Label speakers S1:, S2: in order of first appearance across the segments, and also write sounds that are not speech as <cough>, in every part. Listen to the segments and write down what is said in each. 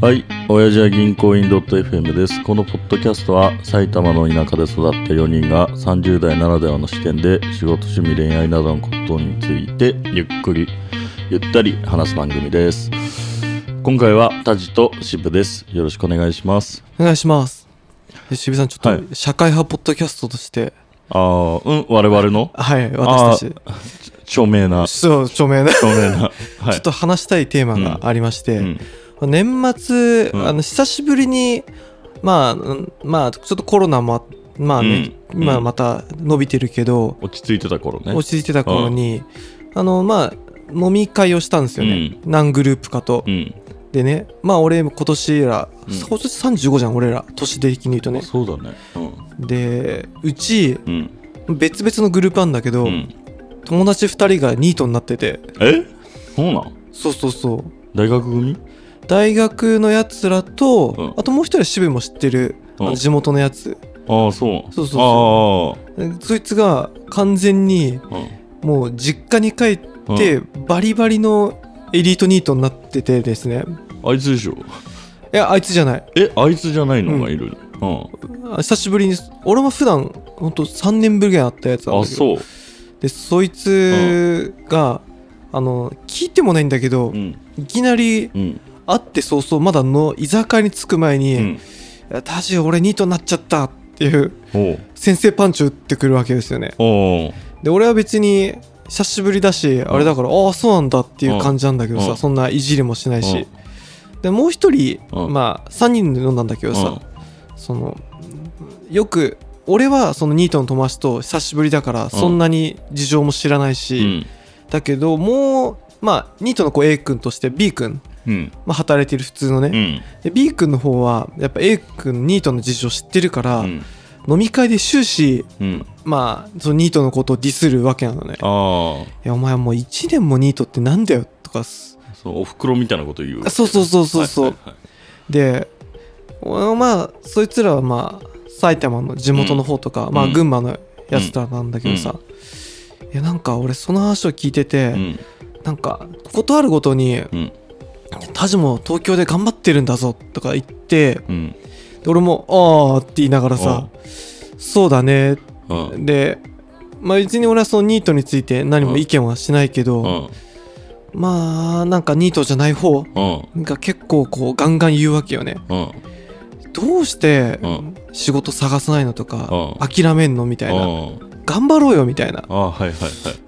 S1: はい、親父は銀行員 .fm です。このポッドキャストは埼玉の田舎で育った4人が30代ならではの視点で仕事、趣味、恋愛などのことについてゆっくり、ゆったり話す番組です。今回はタジと渋です。よろしくお願いします。
S2: お願いします。え渋井さん、ちょ
S1: は
S2: っと、社会派ポッドキャストとして、
S1: ああ、うん、我々の
S2: はい、私た
S1: 著名な
S2: ち、、そう、著名な、
S1: 著名
S2: <laughs>
S1: な、は
S2: ちょっと話したいテーマがありまして、
S1: うん
S2: 年末、
S1: うん
S2: あの、久しぶりに、まあうん、まあ、ちょっとコロナもあ、まあね、
S1: うん
S2: 今
S1: うん
S2: また伸びてるけど、
S1: 落ち着いてた頃ね。
S2: 落ち着いてた頃に、あの、まあ、飲み会をしたんですよね。何グループかと
S1: う。ん。
S2: でね、まあ、俺、今年ら、
S1: うん
S2: 今年35じゃん、俺ら、年的に言うとね。
S1: そうだね。うん。
S2: で、うち、
S1: うん。
S2: 別々のグループあんだけど、
S1: うん、
S2: 友達2人がニートになってて
S1: えそうなん
S2: そうそうそう
S1: 大学組
S2: 大学のやつらと、
S1: うん
S2: あともう一人は渋も知ってる、
S1: うん
S2: 地元のやつ
S1: ああ、そう。
S2: そうそうそう
S1: そ
S2: そいつが完全に
S1: う。ああ。うん
S2: もう実家に帰って、バリバリのエリートニートになっててですね
S1: あいつでしょ
S2: いやあいつじゃない
S1: えあいつじゃないのが
S2: うん
S1: いる、うん
S2: あ久しぶりに俺も普段ほんと3年ぶりぐらいに会ったやつなん
S1: あ
S2: だけど
S1: そう、
S2: でそいつが、あの聞いてもないんだけど、
S1: うん
S2: いきなり
S1: うん
S2: 会って早々まだの居酒屋に着く前に、
S1: うん、
S2: タジ俺ニートになっちゃったっていう
S1: おう
S2: 先生パンチを打ってくるわけですよね
S1: おう
S2: で俺は別に久しぶりだしあれだから、ああそうなんだっていう感じなんだけどさ、
S1: うん
S2: そんないじりもしないし、でもう一人、
S1: うん
S2: まあ3人で飲んだんだけどさ、そのよく俺はそのニートの友達と久しぶりだからそんなに事情も知らないし、
S1: うん
S2: だけどもうまあニートの子 A 君として B 君、
S1: うん
S2: まあ、働いてる普通のね、
S1: うん
S2: で B 君の方はやっぱ A 君ニートの事情知ってるから、
S1: うん
S2: 飲み会で終始
S1: うん
S2: まあそのニートのことをディスるわけなのね
S1: あ
S2: 「いやお前もう1年もニートってなんだよ」とかす
S1: あそうおふくろみたいなこと言う
S2: あそうそうそうそうそう、
S1: はいはいはい
S2: でおまあそいつらはまあ埼玉の地元の方とか、まあ
S1: うん
S2: 群馬のやつらなんだけどさ、いやなんか俺その話を聞いてて、
S1: うん
S2: なんかことあるごとに
S1: うん
S2: 「タジも東京で頑張ってるんだぞ」とか言って
S1: うん
S2: で俺も「ああ」って言いながらさ「そうだね」
S1: うんうん
S2: で、まあ、別に俺はそのニートについて何も意見はしないけど、
S1: うん
S2: まあなんかニートじゃない方
S1: うん
S2: が結構こうガンガン言うわけよね
S1: うん
S2: どうして
S1: うん
S2: 仕事探さないのとか、
S1: うん
S2: 諦めんのみたいな頑張ろうよみたいな
S1: ああはいはいはい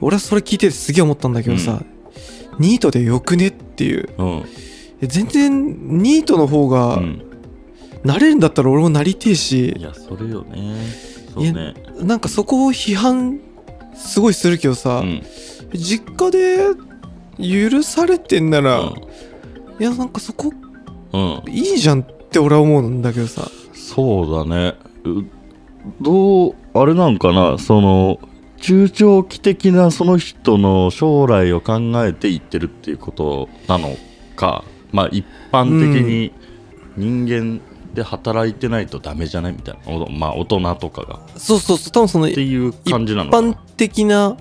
S2: 俺はそれ聞いててすげえ思ったんだけどさ、ニートでよくねっていう
S1: うん
S2: 全然ニートの方が
S1: うん
S2: なれるんだったら俺もなりてえ
S1: い
S2: し、
S1: やそれよねそうね
S2: なんかそこを批判すごいするけどさ、
S1: うん
S2: 実家で許されてんな
S1: う
S2: ら、
S1: ん
S2: いやなんかそこ
S1: うん
S2: いいじゃんって俺は思うんだけどさ
S1: そうだねうどうあれなんかなその中長期的なその人の将来を考えて言ってるっていうことなのかまあ一般的に人間で働いてないとダメじゃないみたいなおまあ大人とかがっ
S2: そうそうそう多分その
S1: て
S2: 一
S1: いう感じなのかな
S2: 般的な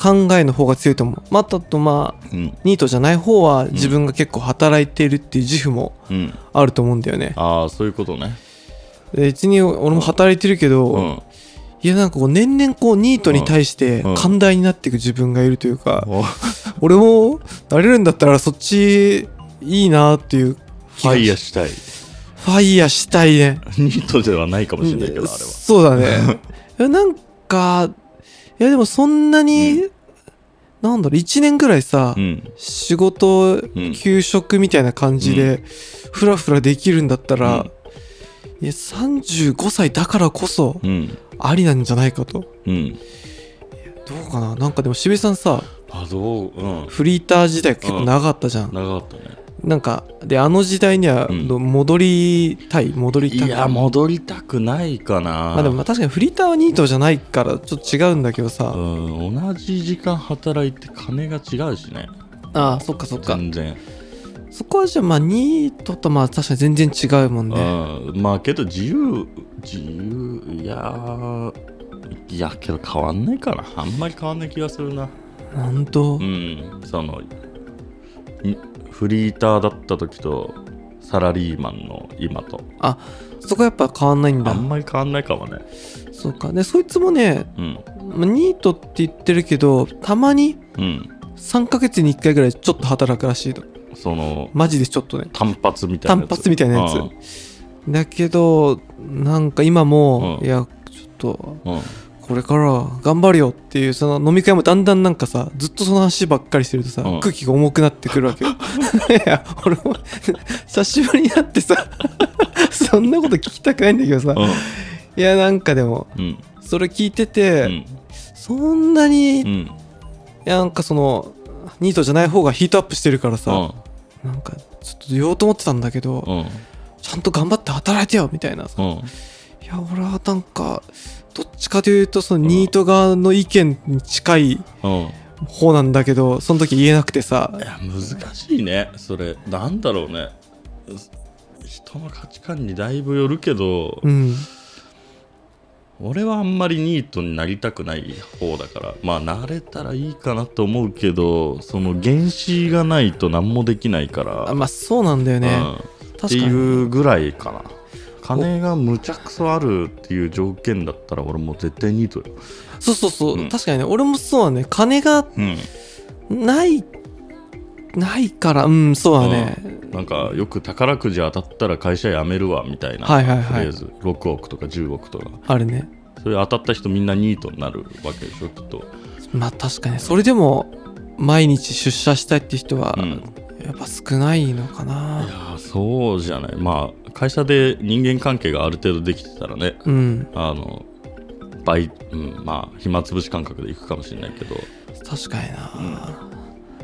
S2: 考えの方が強いと思うまたとまあ
S1: うん
S2: ニートじゃない方は自分が結構働いてるっていう自負も
S1: うん
S2: あると思うんだよね
S1: ああそういうことね
S2: で別に俺も働いてるけど、
S1: うん
S2: いやなんかこう年々こうニートに対して
S1: うん
S2: 寛大になっていく自分がいるというか、
S1: お
S2: 俺もなれるんだったらそっちいいなっていう気
S1: フ
S2: が
S1: ァイヤー
S2: し
S1: したい <laughs>
S2: ファイヤーしたいね
S1: ニートではないかもしれないけどあれは
S2: そう
S1: <laughs>
S2: だねいやなんかいやでもそんなに、なんだろう1年ぐらいさ、
S1: うん
S2: 仕事
S1: ん
S2: 休職みたいな感じで、ふらふらできるんだったら、いや35歳だからこそ
S1: うん
S2: ありなんじゃないかと
S1: うん
S2: どうかななんかでも渋井さんさ
S1: あどううん
S2: フリーター時代結構長かったじゃん、
S1: 長かったね
S2: なんかであの時代には
S1: うん
S2: 戻りたい戻りたくない
S1: いや戻りたくないかな
S2: まあでもまあ確かにフリーターはニートじゃないからちょっと違うんだけどさ、
S1: うん同じ時間働いて金が違うしね
S2: ああそっかそっか
S1: 全然、
S2: そこはじゃあまあニートとまあ確かに全然違うもんね
S1: うんまあけど自由自由いやーいやけど変わんないかなあんまり変わんない気がするな
S2: 本
S1: う
S2: 当
S1: んそのいフリーターだった時とサラリーマンの今と
S2: あそこはやっぱ変わんないん
S1: あ
S2: だ
S1: んまり変わんないかもね
S2: そうかでそいつもね
S1: うん
S2: まあニートって言ってるけどたまに
S1: うん
S2: 3ヶ月に1回ぐらいちょっと働くらしいの
S1: その
S2: マジでちょっとね
S1: 単発みたいな
S2: 単発みたいなやつだけどなんか今も、
S1: うん
S2: いやちょっと
S1: うんうん
S2: これから頑張るよっていうその飲み会もだんだんなんかさずっとその話ばっかりしてるとさ、
S1: うん
S2: 空気が重くなってくるわ
S1: <laughs>
S2: けよいや俺も久しぶりに会ってさ <laughs> そんなこと聞きたくないんだけどさ、
S1: うん
S2: いやなんかでも
S1: うん
S2: それ聞いて
S1: う
S2: て、
S1: ん
S2: そんなに、
S1: う
S2: い
S1: ん
S2: やなんかそのニートじゃない方がヒートアップしてるからさ、なんかちょっと言おうと思ってたんだけど、
S1: うん
S2: ちゃんと頑張って働いてよみたいなさ
S1: うん
S2: いや俺はなんかどっちかというとそのニート側の意見に近い
S1: うん
S2: 方なんだけどその時言えなくてさ
S1: いや難しいねそれなんだろうね人の価値観にだいぶよるけど、
S2: うん
S1: 俺はあんまりニートになりたくない方だからまあなれたらいいかなと思うけどその原資がないと何もできないから
S2: あまあそうなんだよね、
S1: うんって
S2: 確か
S1: い
S2: に
S1: うぐらいかな金がむちゃくそあるっていう条件だったら俺もう絶対ニートよ
S2: そうそうそう、
S1: うん
S2: 確かにね俺もそうだね金が
S1: うん
S2: ないないからうんそうだね、
S1: なんかよく宝くじ当たったら会社辞めるわみたいな
S2: はいはいはい
S1: フレーズ6億とか10億とか
S2: あるね
S1: それ当たった人みんなニートになるわけでしょきっと
S2: まあ確かにそれでも毎日出社したいって人は、
S1: うん
S2: やっぱ少ないのか
S1: いや
S2: な
S1: ーそうじゃないまあ会社で人間関係がある程度できてたらね
S2: うん
S1: あの倍、うん、まあ暇つぶし感覚でいくかもしれないけど
S2: 確かにな、
S1: ん
S2: ま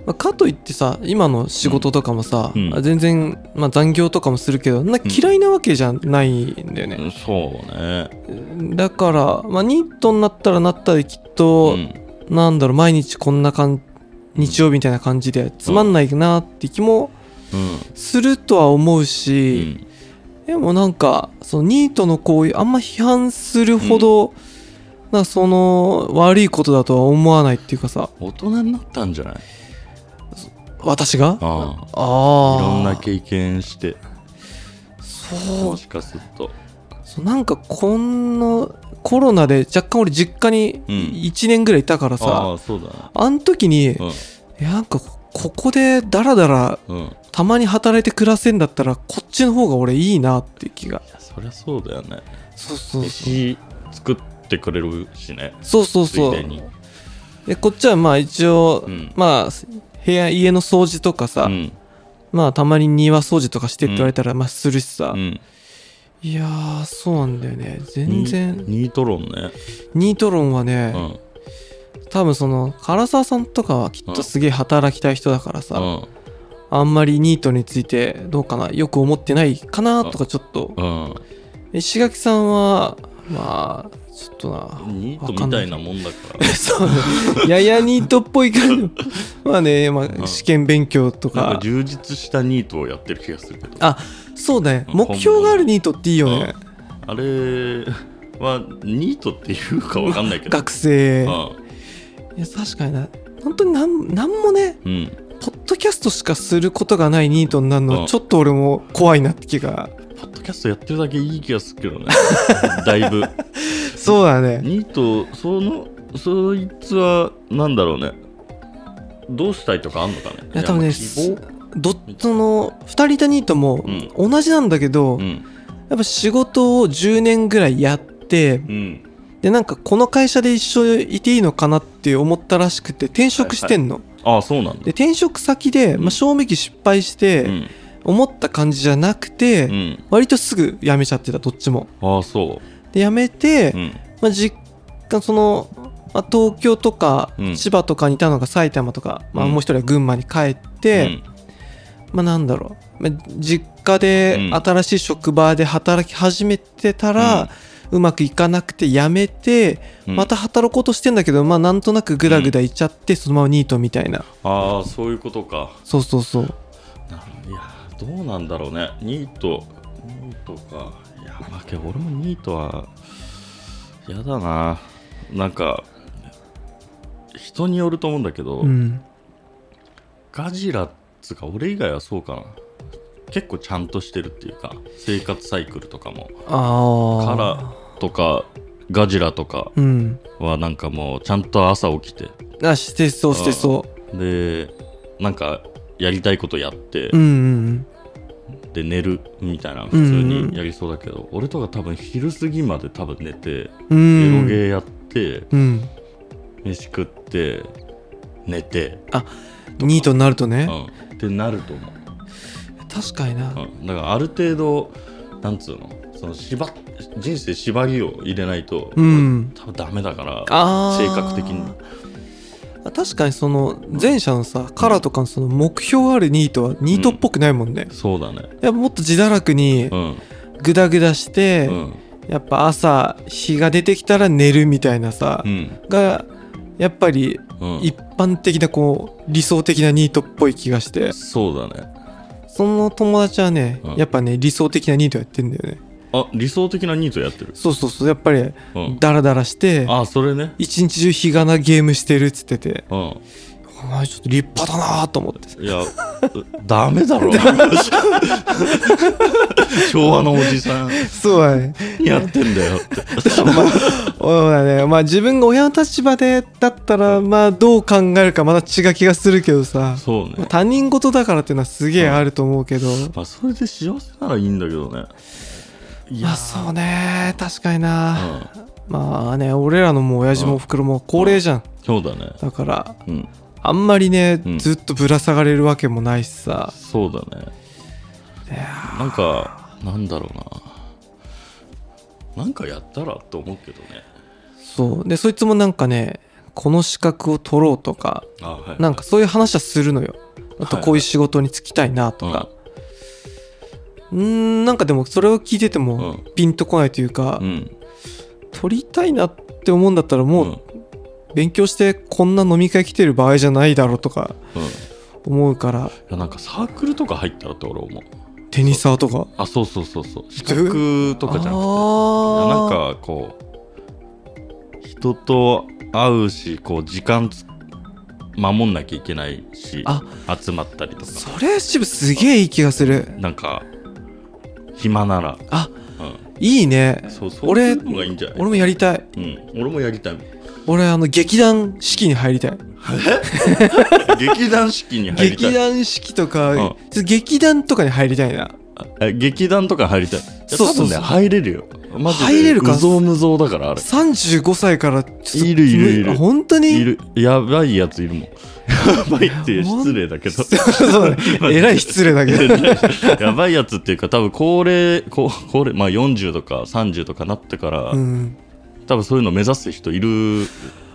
S2: あ、かといってさ今の仕事とかもさ、
S1: うん
S2: 全然、まあ、残業とかもするけどな嫌いなわけじゃないんだよね、
S1: うんそうね
S2: だから、まあ、ニートになったらなったできっ
S1: う
S2: と、
S1: ん
S2: なんだろう毎日こんな感日曜日みたいな感じでつまんないなって気も
S1: うん
S2: するとは思う
S1: う
S2: し、
S1: ん
S2: でもなんかそのニートの行為あんま批判するほど、なんかその悪いことだとは思わないっていうかさ
S1: 大人になったんじゃない
S2: 私があ
S1: ああ
S2: あ
S1: いろんな
S2: け
S1: 経験して
S2: そ
S1: も
S2: う
S1: しかすると
S2: そうなんかこんなコロナで若干俺実家に
S1: うん
S2: 1年ぐらいいたから
S1: ああ
S2: さ、
S1: ーそうだ
S2: あん時
S1: な
S2: に、えなんかこここでダラダラ
S1: うんうんい
S2: たまに働いて暮らせんだったらこっちの方が俺いいなっていう気が
S1: やそりゃそうだよね
S2: そうそうそう
S1: 飯作ってくれるしね
S2: そうそう
S1: つい
S2: そ
S1: で
S2: う
S1: に
S2: でこっちはまあ一応、
S1: うん
S2: まあ部屋家の掃除とかさ、
S1: うん
S2: まあたまに庭掃除とかしてって言われたら、まあするしさ、
S1: うん
S2: いやーそうなんだよね全然
S1: ニニート論ね
S2: ニート論はね、
S1: うん
S2: 多分その唐沢さんとかはきっとすげえ働きたい人だからさ、
S1: うん
S2: あんまりニートについてどうかなよく思ってないかなとかちょっと
S1: うん
S2: 石垣さんはまあちょっとな
S1: ニート
S2: わかん
S1: み
S2: な
S1: た
S2: い
S1: いなもんだか
S2: そうややニートっぽい感じまあね、ま
S1: う
S2: あ、
S1: ん
S2: 試験勉強と
S1: らなん
S2: か
S1: か充実したニートをやってる気がするけど
S2: あそうだね
S1: うん
S2: 目標があるニートっていいよね、
S1: あれはニートっていうかわかんないけど
S2: 学生、
S1: うん
S2: いや確かにな本当になんなんもね
S1: うん
S2: ポッドキャストしかすることがないニートになるの
S1: う
S2: は
S1: ん
S2: ちょっと俺も怖いなって気が
S1: ポッドキャストやってるだけいい気がするけどねだいぶ
S2: そうだね
S1: ニートそのそいつはなんだろうねどうしたいとかあんのかね
S2: いや多
S1: い
S2: 分ね
S1: や希望
S2: どその2人いたニートも同じなんだけど、
S1: う
S2: や
S1: ん
S2: っぱ仕事を10年ぐらいやって
S1: うん
S2: でなんかこの会社で一緒にいていいのかなって思ったらしくて転職してんの、
S1: ああそうなん
S2: で
S1: だ
S2: 転職先で、まあ、賞味期失敗して、
S1: うん
S2: 思った感じじゃなくて、
S1: うん
S2: 割とすぐ辞めちゃってたどっちも
S1: ああそ
S2: で辞めて、
S1: ううん
S2: まあ、実家その、まあ、東京とか
S1: うん
S2: 千葉とかにいたのが埼玉とか、まあ、
S1: うん
S2: もう一人は群馬に帰って、まあなんだろう、まあ、実家で
S1: うん
S2: 新しい職場で働き始めてたら、うまくいかなくて辞めて、
S1: うん
S2: また働こうとしてんだけど、まあ、なんとなくグダグダいっちゃって、そのままニートみたいな
S1: ああそういうことか
S2: そうそうそう
S1: なるほどいやーどうなんだろうねニートニートかいやまあけど俺もニートは嫌だななんか人によると思うんだけど、
S2: うん
S1: ガジラっつうか俺以外はそうかな結構ちゃんとしてるっていうか生活サイクルとかも
S2: ああ
S1: カラとかガジラとか
S2: うん
S1: はなんかもうちゃんと朝起きて
S2: あしてそうしてそ
S1: でなんかやりたいことやって
S2: うう、んうん
S1: で寝るみたいな普通にやりそうだけど、俺とか多分昼過ぎまで多分寝て
S2: う
S1: エロ
S2: ん
S1: ゲーやって
S2: うん
S1: 飯食って寝て、
S2: ニートになるとね
S1: うん、ってなると思う
S2: 確かにな
S1: うん、だからある程度なんつうのその縛っ人生縛りを入れないと、
S2: うん
S1: 多分ダメだから
S2: あー
S1: 性格的に
S2: あ確かにその前者のさカラーとかのその目標あるニートはニートっぽくないもんね、
S1: そうだね
S2: やっぱもっと自堕落に
S1: うん
S2: グダグダして、
S1: うん
S2: やっぱ朝日が出てきたら寝るみたいなさ、
S1: うん
S2: がやっぱり
S1: うん
S2: 一般的なこう理想的なニートっぽい気がして
S1: そうだね
S2: その友達はね、
S1: うん
S2: やっぱね理想的なニートやってんだよね
S1: あ理想的なニートやってる、
S2: そうそうそうやっぱり
S1: うん、
S2: ダラダラして
S1: あそれね
S2: 一日中日がなゲームしてるっつってて
S1: うん
S2: お前ちょっと立派だなと思って
S1: <laughs> いやダメだろ <laughs> 昭和のおじさん
S2: そうだ <laughs> ね
S1: 何やってんだよって
S2: そうだねまあ自分が親の立場でだったらまあどう考えるかまた違う気がするけどさ
S1: そうね
S2: 他人事だからっていうのはすげえあると思うけど、
S1: まあそれで幸せならいいんだけどねい
S2: いやそうね確かに
S1: う
S2: な、
S1: ん
S2: まあね俺らのもう親父もおふくろも高齢じゃん、
S1: そうだね
S2: だから
S1: うん
S2: あんまりね、
S1: うん
S2: ずっとぶら下がれるわけもないしさ
S1: そうだね
S2: いや
S1: なんかなんだろうななんかやったらと思うけどね
S2: そうでそいつもなんかねこの資格を取ろうとか
S1: あはい
S2: なんかそういう話はするのよあと
S1: はい
S2: こういう仕事に就きたいなとか、うーんなんかでもそれを聞いてても
S1: う
S2: ピンとこないというか、
S1: うん
S2: 取りたいなって思うんだったらも
S1: うん
S2: う勉強してこんな飲み会来てる場合じゃないだろうとか
S1: うんい
S2: 思うから
S1: やなんかサークルとか入ったらって俺思う
S2: テニサーとか
S1: あそうそうそうそう資格とかじゃなくていやなんかこう人と会うしこう時間つ守んなきゃいけないし
S2: あ
S1: 集まったりとか
S2: それ渋すげえいい気がする
S1: なんか暇なら、
S2: あ
S1: う
S2: いいね
S1: ん、そうそう
S2: 俺
S1: そういうのがいいんじゃない
S2: 俺もやりたい
S1: うん、俺もやりたいもん
S2: 俺あの劇団四季に入りたい
S1: 劇団四季に入りたい
S2: 劇団四季とか、
S1: うん
S2: ちょっと劇団とかに入りたいな
S1: あ劇団とか入りたいいや
S2: そうそうそ
S1: 多
S2: う
S1: 分ね入れるよマジで
S2: 入れるか
S1: 無造無造だからあれ
S2: 35歳からちょっと
S1: いるいるいる
S2: あ本当に
S1: いるやばいやついるもんやばいって失礼だけど <laughs>
S2: そうだねえらい失礼だけど
S1: やばいやつっていうか多分高齢高高齢まあ40とか30とかなってから、
S2: うん
S1: 多分そういうの目指す人いるじ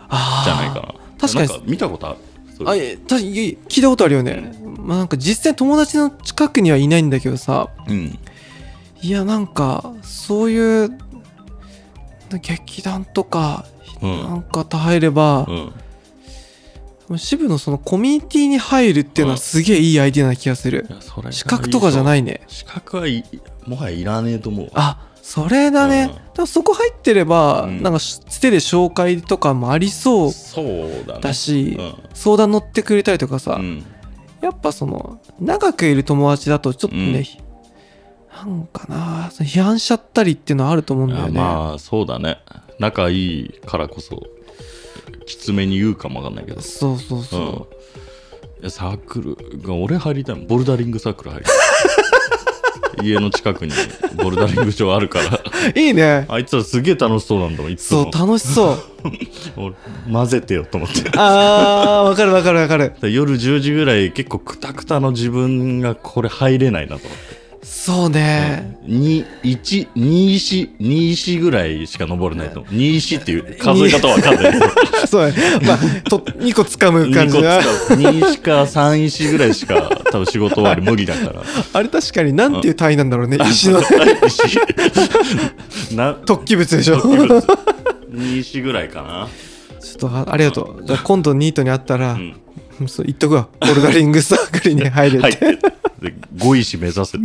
S2: あー
S1: ゃないかな
S2: 確かに
S1: ん見たことあるそういう
S2: あえ確かに聞いたことあるよね、まあ、なんか実際友達の近くにはいないんだけどさ
S1: うん
S2: いやなんかそういう劇団とか、
S1: うん
S2: なんか入れば
S1: う、ん
S2: 渋のそのコミュニティに入るっていうのは
S1: うん
S2: すげえいいアイディアな気がする
S1: い、やそれ
S2: 資格とかじゃないいね
S1: 資格はいもはやいらねえと思うわ
S2: あそれだね、
S1: うん
S2: だからそこ入ってれば、
S1: うん
S2: なんかしつてで紹介とかもありそう
S1: そうだね
S2: だし、
S1: うん
S2: 相談乗ってくれたりとかさ、
S1: うん
S2: やっぱその長くいる友達だとちょっと
S1: うん
S2: ね、なんかなその批判しちゃったりっていうのはあると思うんだよ
S1: あ
S2: ね、
S1: まあそうだね仲いいからこそきつめに言うかもわかんないけど
S2: そうそう
S1: うん
S2: そ
S1: いやサークルが俺入りたいもんボルダリングサークル入りた
S2: <laughs>
S1: い家の近くにボルダリング場あるから
S2: う、いいね
S1: あいつらすげえ楽しそうなんだもんいつ
S2: そ
S1: も
S2: う楽しそう
S1: 俺混ぜてよと思って
S2: あーわかるわかるわかる
S1: で夜10時ぐらい結構クタクタの自分がこれ入れないなと思って
S2: そうね、
S1: 2石2石ぐらいしか登れないと思う2石っていう数え方わかんない
S2: そうねまあと2個掴む感
S1: 2
S2: じ
S1: 個
S2: な
S1: 使う2石か3石ぐらいしか多分仕事終わり無理だから <laughs>
S2: あれ確かになんていう単位なんだろうね石 <laughs> の
S1: 石な
S2: 突起物でしょちょ
S1: 2石ぐらいかな
S2: っとあありがとうじゃあ今度ニートに会ったら、
S1: ん
S2: そう言っとくわボルダリングサークルに入れ
S1: 入
S2: て
S1: っ、てで5石目
S2: <laughs>
S1: 指す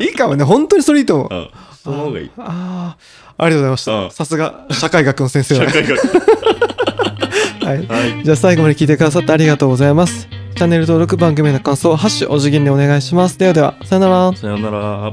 S2: い、いかもね本当にそれいいと思う、
S1: うんその方がいい
S2: ああ、ありがとうござい
S1: う
S2: まし
S1: ん
S2: た。さすが、社会学の先生
S1: 社
S2: だ、ね
S1: 会学
S2: はい
S1: はい
S2: じゃあ最後まで聞いてくださってありがとうございます。チャンネル登録、番組への感想、ハッシュお辞儀でお願いします。ではでは、さよなら。
S1: さよなら。